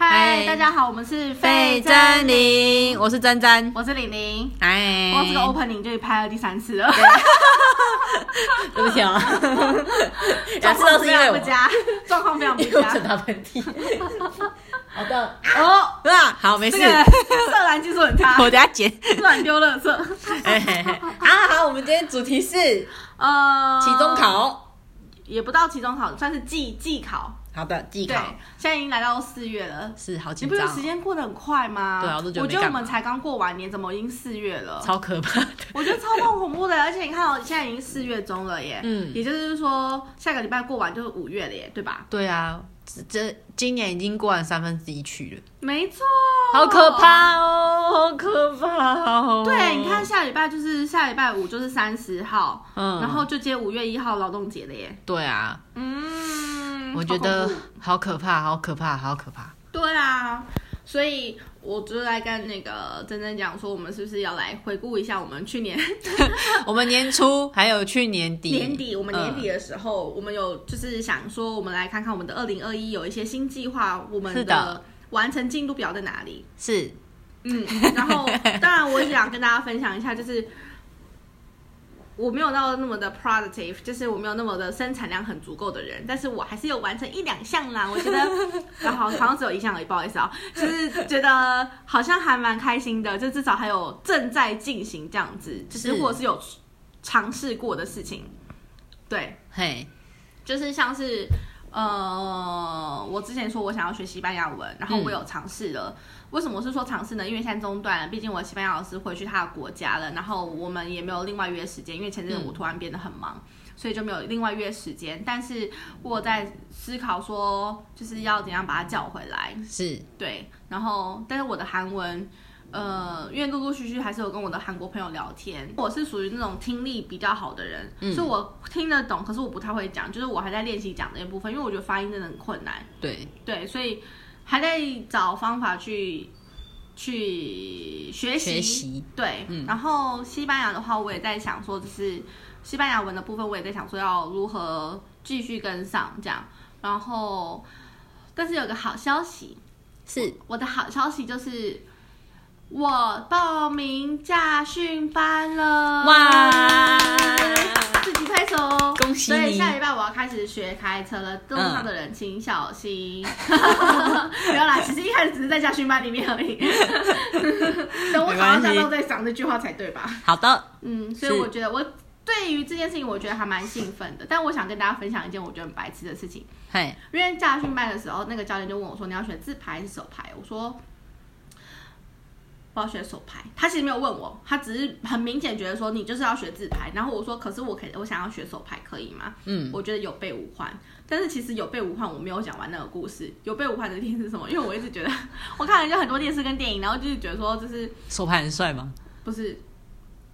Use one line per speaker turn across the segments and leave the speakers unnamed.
嗨，大家好，我们是
费
珍
珍，玲，我是珍珍。
我是玲玲。
哎，
哇，这个 opening 就拍了第三次了，
对不起 啊，两次都是因为我
状况非常不，佳， 状况非常不
因为我整
佳。
打喷嚏。 好的，
哦，
啊，好，没
这
事，
个色兰技术很差，
我等下剪。
色兰丢垃圾。
哎嘿嘿啊，好，我们今天主题是期
呃，
中考，
也不到期中考，算是季季考。
好的，季
对
考，
现在已经来到四月了。
是好
你
紧
不觉
张
得时
哦，
间过得很快吗？
对啊我都觉得
我
没
觉得我
干嘛
们才刚过完年，怎么已经四月了？
超可怕的。
我觉得超爆恐怖的，而且你看哦，现在已经四月中了耶，
嗯
也就是说下个礼拜过完就是五月了耶，对吧？
对啊，这这今年已经过完三分之一去了，
没错，
好可。怕哦，好可怕哦。
对，你看，下礼拜就是下礼拜五就是三十号，
嗯
然后就接五月一号劳动节了耶。
对啊，
嗯，
我觉得
好恐怖
好可怕，好可怕，好可怕。
对啊，所以我就在跟那个珍珍讲说，我们是不是要来回顾一下我们去年
我们年 初还有去年底，
年底，我们年底
嗯
的时候，我们有就是想说，我们来看看我们的二零二一有一些新计划，我们
是的
完成进度表在哪里？
是
嗯，然后当然我也想跟大家分享一下，就是我没有到那么的 productive，就是我没有那么的生产量很足够的人，但是我还是有完成一两项啦。我觉得啊，好好像只有一项而已，不好意思啊，就是觉得好像还蛮开心的，就至少还有正在进行这样子，就是
是
或者是有尝试过的事情，对。
嘿，
就是像是呃，我之前说我想要学西班牙文，然后我有尝试了。为什么是说尝试呢？因为现在中断了，毕竟我的西班牙老师回去他的国家了，然后我们也没有另外约时间，因为前阵子我突然变得很忙。所以就没有另外约时间，但是我在思考说，就是要怎样把他叫回来。
是
对，然后但是我的韩文，呃，因为陆陆续续还是有跟我的韩国朋友聊天，我是属于那种听力比较好的人，
嗯
所以我听得懂，可是我不太会讲，就是我还在练习讲那部分，因为我觉得发音真的很困难，
对，
对，所以还在找方法去去学习，
学习嗯
对，然后西班牙的话，我也在想说，就是西班牙文的部分，我也在想说要如何继续跟上这样，然后。但是有个好消息，
是
我的好消息就是我报名驾训班了，
哇
自己拍手哦，
恭喜
所以
你
下礼拜我要开始学开车了，路上的人请小 心。没有啦，其实一开始只是在驾训班里面 而已。等我考上驾照再讲这句话才对吧？
好的，
嗯，所以
是
我觉得我对于这件事情，我觉得还蛮兴奋的。但我想跟大家分享一件我觉得很白痴的事情。
嘿，
因为驾训班的时候，那个教练就问我说：“你要选自拍还是手拍？”我说：“我要选手拍。”他其实没有问我，他只是很明显觉得说你就是要学自拍。然后我说：“可是我可以，我想要学手拍，可以吗？”
嗯，
我觉得有备无患。但是其实有备无患，我没有讲完那个故事。有备无患的点是什么？因为我一直觉得 我看了人家很多电视跟电影，然后就是觉得说就是
手牌很帅吗？
不是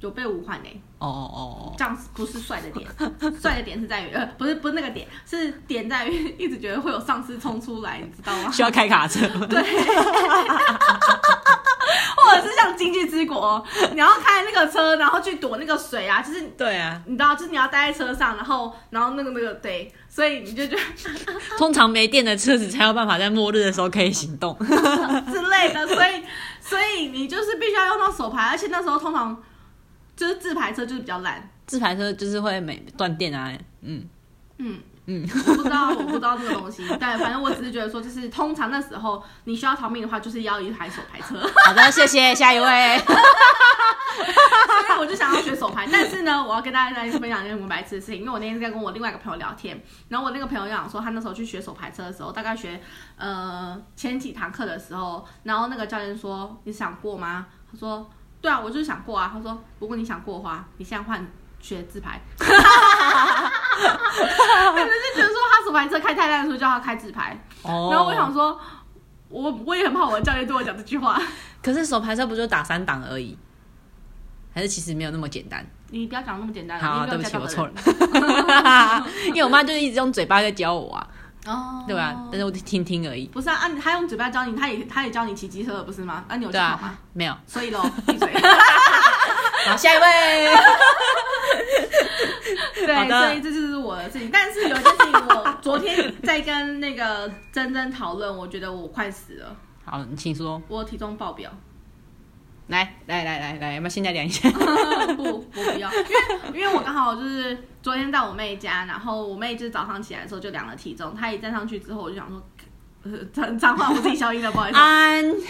有备无患呢、欸
哦哦
这样子不是帅的点， 帅的点是在于呃，不是不是那个点，是点在于 一直觉得会有上司冲出来，你知道吗
哦，？需要开卡 车，
对， 或者是像经济之国，你要开那个车，然后去躲那个水啊，就是
对啊，
你知道，就是你要待在车上，然后然后那个那个对，所以你就觉得。
通常没电的车子才有办法在末日的时候可以行动，
之类 的，所以所以你就是必须要用到手牌，而且那时候通常就是自排车就是比较烂，
自排车就是会没断电啊， 嗯，
嗯
嗯，
我不知道，我不知道这个东西。对，反正我只是觉得说，就是通常那时候你需要逃命的话，就是要一台手牌车，
好的，谢谢，下一位，
所以我就想要学手牌。但是呢，我要跟大家分享一件很白痴的事情，因为我那天在跟我另外一个朋友聊天，然后我那个朋友讲说，他那时候去学手牌车的时候，大概学呃前几堂课的时候，然后那个教练说：“你想过吗？”他说：“对啊，我就是想过啊。”他说：“不过你想过的话，你现在换。”学自排，可能就觉得说他手牌车开太烂，所以就要开自排。
哦
然后我想，说，我我也很怕我的教练对我讲这句话，
可是手牌车不就打三档而已，还是其实没有那么简单。你
你不啊要讲那么简单，
好，
你
对
也没
不
有驾照
起，我
的
错
人
了。 因为我妈就是一直用嘴巴在教我啊，
哦，
对啊，但是我就听听而已。
不是啊，啊你他用嘴巴教你，他也他也教你骑机车了，不是吗？那、你有
对
教好吗？
啊，没有。
所以 喽，闭嘴。
好，下一位。好
对，
的
所以这就是我的事情。但是有一件事情，我昨天在跟那个珍珍讨论，我觉得我快死了。
好，你请说。
我体重爆表，
来来来来来，要不要现在量一下？
不，我不要，因为因为我刚好就是昨天到我妹家，然后我妹就是早上起来的时候就量了体重，她一站上去之后，我就想说，呃，脏脏话我自己消音的，不好意思。
安，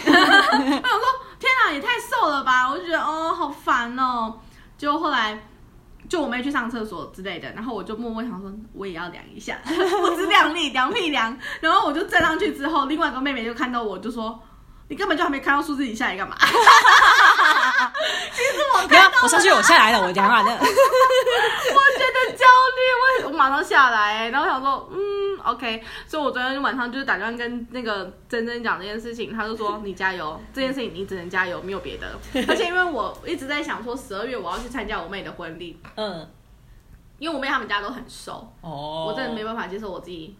天啊，也太瘦了吧！我就觉得哦，好烦哦。就后来，就我妹去上厕所之类的，然后我就默默想说，我也要量一下， 不自量力，量屁量。然后我就站上去之后，另外一个妹妹就看到我就说。你根本就还没看到数字以下， 你干嘛？其实我
不
看
要
到，，
我上去，我下来了，我量完了。
我觉得焦虑，我我马上下来、欸然后想说，嗯，OK。所以我昨天晚上就是打算跟那个珍珍讲这件事情，她就 说你加油，这件事情你只能加油，没有别的。而且因为我一直在想说，十二月我要去参加我妹的婚礼，
嗯，
因为我妹他们家都很瘦，
哦，
我真的没办法接受我自己。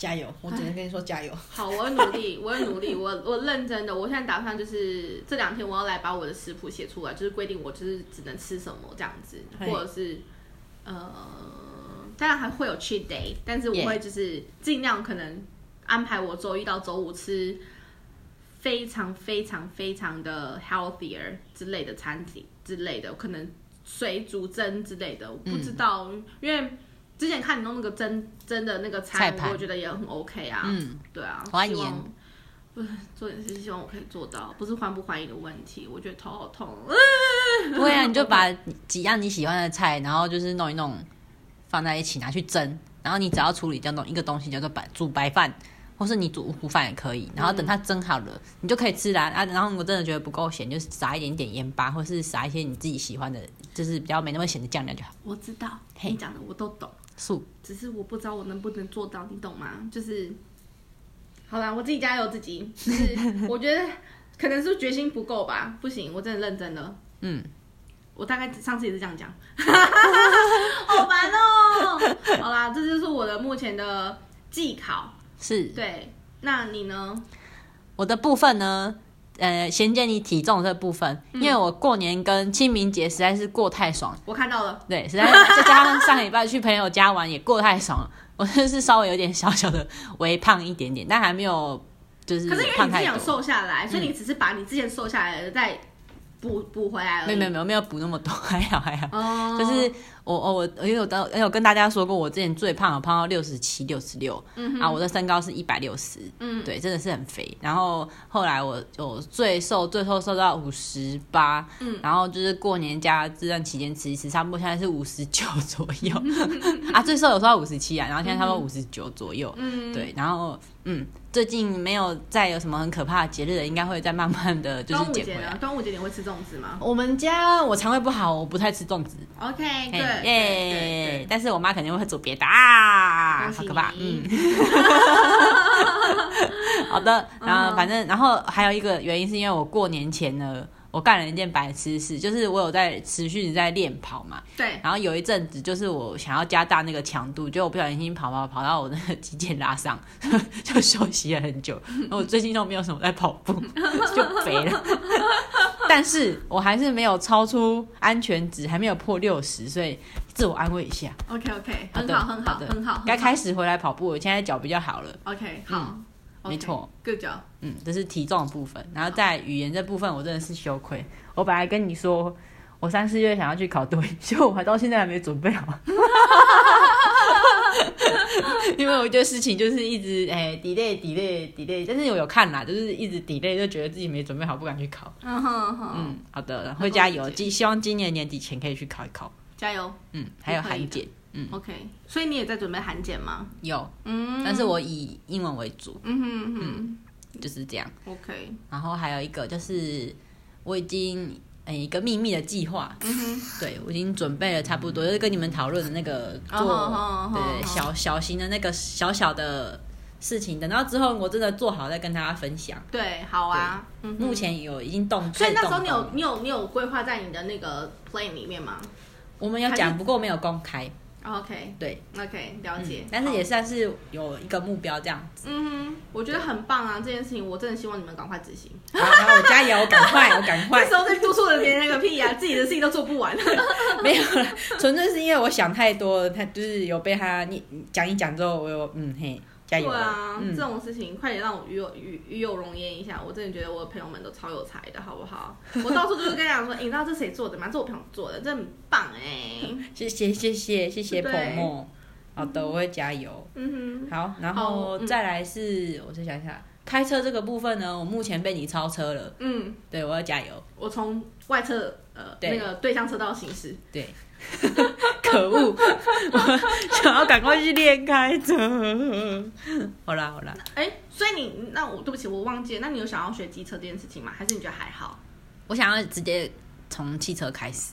加油！我只能跟你说加油。
好，我会努力，我会努力，我我认真的。我现在打算就是这两天我要来把我的食谱写出来，就是规定我就是只能吃什么这样子，
嘿
或者是呃，当然还会有 cheat day，但是我
Yeah
会就是尽量可能安排我周一到周五吃非常非常非常的 healthier 之类的餐厅之类的，可能水煮蒸之类的，我不
嗯
知道，因为。之前看你弄那个蒸蒸的那个
菜
餐，
盘
我觉得也很 OK 啊。
嗯，
对啊，
欢
希望
迎。
不是重点是希望我可以做到，不是欢不欢迎的问题。我觉得头好痛。
不会啊，你就把几样你喜欢的菜，然后就是弄一弄，放在一起拿去蒸，然后你只要处理掉弄一个东西叫做白煮白饭，或是你煮五谷饭也可以，然后等它蒸好了，你就可以吃啦啊。然后我真的觉得不够咸，就是撒一点点盐巴，或是撒一些你自己喜欢的，就是比较没那么咸的酱料就好。
我知道
嘿
你讲的我都懂，
素
只是我不知道我能不能做到，你懂吗？就是，好啦，我自己加油自己。就是 我觉得可能是决心不够吧，不行，我真的认真了。
嗯，
我大概上次也是这样 讲，好烦哦、好啦，这就是我的目前的技考。
是
对，那你呢？
我的部分呢，呃，先建议体重这部分，因为我过年跟清明节实在是过太爽了
我看到了。
对，实在再加上上礼拜去朋友家玩也过得太爽了，我就是稍微有点小小的微胖一点点，但还没有就是
可是因为
胖
你之
太
前有
多。嗯
瘦下来，所以你只是把你之前瘦下来的再补补回来而
没
已。
有没有没有没有补那么多， 还好还好。
哦，
就是我我我因为我当有跟大家说过，我之前最胖，我胖到六十七、六十六，啊，我的身高是一百六十，
嗯
对，真的是很肥。然后后来我我最瘦最瘦瘦到五十八，
嗯
然后就是过年加这段期间吃一吃，差不多现在是五 十九左右啊，最瘦有瘦到五十七啊，然后现在差不多五十九左右，
嗯，
对，然后嗯，最近没有再有什么很可怕的节日了，应该会再慢慢的就
端
是
午
减
节
回
呢
来？。
端午节你会吃粽子吗
我们家我肠胃不好，我不太吃粽子，
？OK，对对
嘿耶
对，对
但是我妈肯定会煮别的啊，
恭喜
好
你
可怕，嗯。 好的，
嗯
然后反正然后还有一个原因是因为我过年前呢，我干了一件白痴事，就是我有在持续地在练跑嘛，
对，
然后有一阵子就是我想要加大那个强度，结果我不小心跑跑跑到我那个肌腱拉伤， 就休息了 很久。然后我最近都没有什么在跑步， 就肥了。 但是我还是没有超出安全值，还没有破六十，所以自我安慰一下。
OK OK，
好
很
的
好很好
的
很好，
该开始回来跑步了，现在脚比较好了。
OK 好，
没错
，Good job。
嗯，这是体重的部分，然后在语言这部分，我真的是羞愧。我本来跟你说，我三四月想要去考多语，结果我还到现在还没准 备好。因为我觉得事情就是一直哎、delay delay delay，但是我有看啦，就是一直 delay，就觉得自己没准备好，不敢去考。
嗯哼哼，
嗯，好的，会加油，希希望今年年底前可以去考一考。
加油。
嗯，还有
可以
韩
的
检，嗯，
OK，所以你也在准备韩检吗？
有，
嗯，
但是我以英文为主，
嗯哼哼
就是这样。
，OK，
然后还有一个就是我已经呃一个秘密的计划，
嗯
对我已经准备了差不多，就是跟你们讨论的那个
哦
做、
哦哦哦
对小小型的那个小小的事情，等到之后我真的做好再跟大家分享。
对，好啊。嗯哼
目前有已经动，
所以那时候
开
你
始动
有
工
你有你有规划在你的那个 plan 里面吗
我们有
还
讲，
是
不过没有公开，
？OK
对，嗯
OK，了解。
但是
好
也算是有一个目标这样子。
嗯，我觉得很棒啊！这件事情我真的希望你们赶快执行。
好，好我加油，赶 快，我赶 快
那时。候在督促了别人那个屁呀、 自己的事情都做不完。
没有啦，纯粹是因为我想太多了，他就是有被他你你讲一讲之后，我有嗯嘿，加油
对
了！
啊，
嗯
这种事情快点让我与有与与有容焉一下。我真的觉得我的朋友们都超有才的，好不好？我到处就是跟你讲说，你知道这谁做的吗？这我朋友做的，这很棒哎、
谢谢谢谢谢谢
对
捧墨，好的，我会加油。
嗯
好，然后
哦嗯
再来是，我再想一下，开车这个部分呢，我目前被你超车了
哼，，嗯，
对我要加油，
我从外侧呃
对
那个对向车道行驶，
对， 可恶， 我想要赶快去练开车， 好啦好啦，
哎，所以你那我对不起，我忘记了，那你有想要学机车这件事情吗？还是你觉得还好？
我想要直接从汽车开始，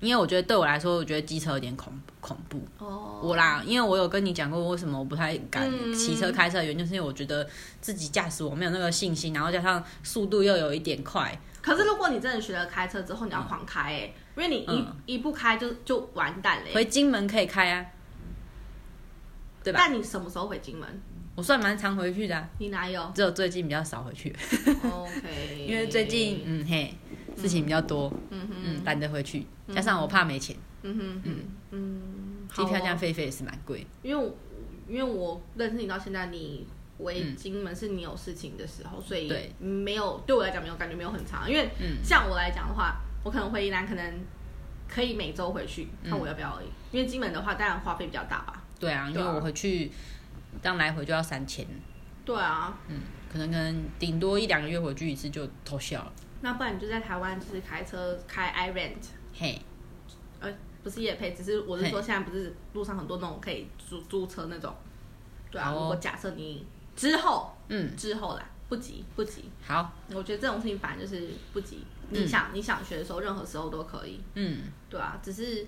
因为我觉得对我来说，我觉得机车有点恐恐怖，
哦
我啦，因为我有跟你讲过，为什么我不太敢
嗯
骑车开车的原因，就是因为我觉得自己驾驶我没有那个信心，然后加上速度又有一点快，
可是如果你真的学了开车之后，你要狂开哎、因为你一、
嗯
一不开就就完蛋嘞、欸
回金门可以开啊，对吧
但你什么时候回金门？
我算蛮常回去的啊、
你哪有
只有最近比较少回去，
？OK，
因为最近嗯嘿事情比较多，
嗯哼
嗯懒得回去，加上我怕没钱，
嗯哼嗯嗯，
机票这样
好哦
飞飞也是蛮贵，
因为我因为我认识你到现在，你回金门是你有事情的时候，所以
嗯对
没有对我来讲没有感觉没有很长，因为
嗯
像我来讲的话，我可能回宜兰可能可以每周回去，
嗯
看我要不要而已。因为金门的话，当然花费比较大吧。
对啊，因
对
为
啊
我回去这样来回就要三千，嗯
对啊，
可能可能顶多一两个月回去一次就偷笑了，
那不然你就在台湾就是开车开 i rent，
嘿，
呃，不是夜配，只是我是说现
嘿
在不是路上很多那种可以租租车那种。对啊，
好哦
如果假设你之后
嗯
之后啦，不急不急，
好，
我觉得这种事情反正就是不急，
嗯
你想、你想学的时候，任何时候都可以。
嗯。
对啊，只是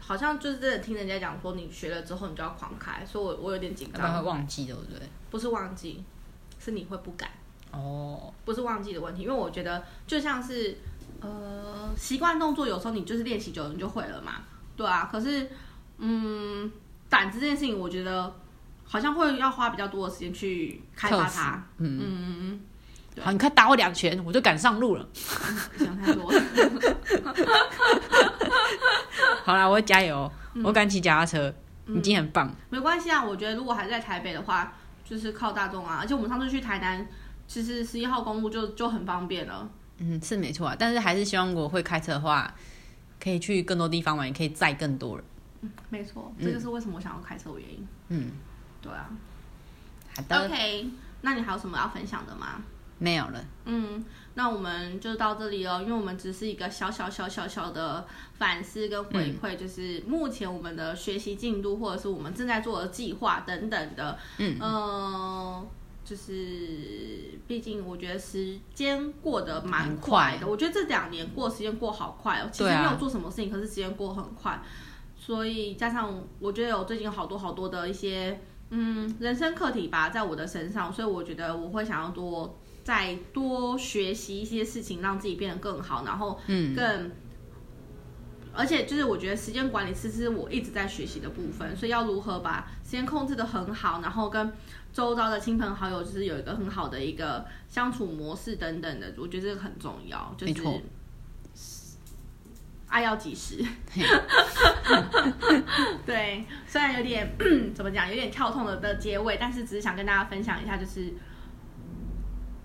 好像就是真的听人家讲说，你学了之后你就要狂开，所以我我有点紧
要不然会
张，
忘记，对不对？
不是忘记，是你会不敢，
哦，
不是忘记的问题，因为我觉得就像是呃习惯动作，有时候你就是练习久了你就会了嘛，对啊，可是嗯胆子这件事情，我觉得好像会要花比较多的时间去开发它，
嗯，
对
好，你快打我两拳，我就敢上 路了。
想太多了，
好啦，我会加油，哦
嗯
我敢骑脚踏车，已经很棒。
没关系啊，我觉得如果还在台北的话，就是靠大众啊，而且我们上次去台南，其实十一号公路就就很方便了。
嗯，是没错啊，但是还是希望我会开车的话，可以去更多地方玩，也可以载更多人。
没错，这就是为什么我想要开车的原因。
嗯，
对啊
好的
，OK，那你还有什么要分享的吗？
没有了。
嗯，那我们就到这里哦，因为我们只是一个小小小小小的反思跟回
嗯
馈，就是目前我们的学习进度，或者是我们正在做的计划等等的。
嗯
呃就是毕竟我觉得时间过得蛮
蛮
快
快
的，我觉得这两年过时间过好快哦，其实
对啊
没有做什么事情，可是时间过很快，所以加上我觉得有最近有好多好多的一些。嗯，人生课题吧，在我的身上，所以我觉得我会想要多再多学习一些事情，让自己变得更好，然后
嗯
更，而且就是我觉得时间管理是是我一直在学习的部分，所以要如何把时间控制的很好，然后跟周遭的亲朋好友就是有一个很好的一个相处模式等等的，我觉得这个很重要，就
没
是
错
爱要及时。 对，虽然有点怎么讲，有点跳痛的的结尾，但是只是想跟大家分享一下，就是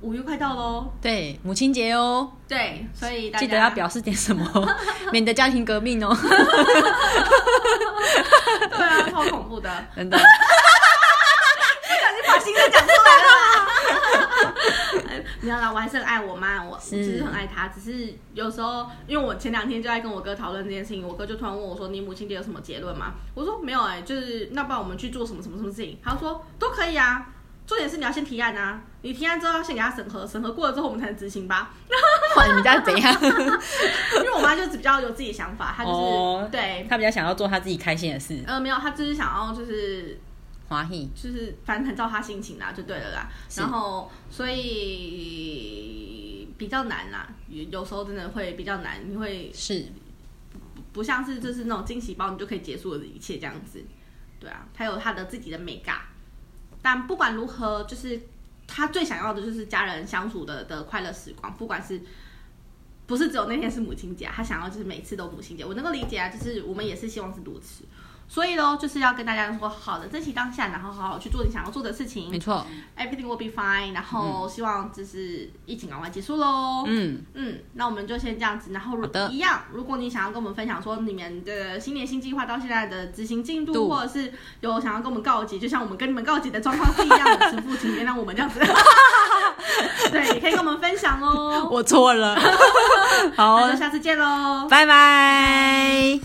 五月快到喽，
对，母亲节哦，
对，所以大家
记得要表示点 什么，免得家庭革命哦。
对啊，超恐怖的，
真的，
你把心声讲出来了。没有啦，我还是很爱我妈，我
是
就是很爱她。只是有时候，因为我前两天就在跟我哥讨论这件事情，我哥就突然问我说：“你母亲节有什么结论吗？”我说：“没有哎、就是那不然我们去做什么什么什么事情？”他说：“都可以啊，重点是你要先提案啊，你提案之后要先给他审核，审核过了之后我们才能执行吧。”
哇，你们家怎样？
因为我妈就是比较有自己想法，她就是、
哦
对，
他比较想要做他自己开心的事，
呃，没有，她就是想要就是
华裔。
就是反正很照她心情啦，就对了啦。
是
然后所以比较难啦，有有时候真的会比较难，你会
是，
不像是就是那种惊喜包，你就可以结束了一切这样子。对啊，她有她的自己的美感，但不管如何，就是她最想要的就是家人相处的的快乐时光，不管是。不是只有那天是母亲节啊、她想要就是每次都母亲节，我能够理解啊，就是我们也是希望是如此，所以咯，就是要跟大家说，好的，珍惜当下，然后好好去做你想要做的事情哎
没。错，
Everything will be fine。然后希望就是疫情赶快结束喽。
嗯，
嗯，那我们就先这样子。然后如
好的
一样，如果你想要跟我们分享说你们的新年新计划到现在的执行进度，
度
或者是有想要跟我们告急，就像我们跟你们告急的状况是一样的，师傅请原谅我们这 样子。对，也可以跟我们分享哦。
我错了，好
那，就下次见喽，
拜拜。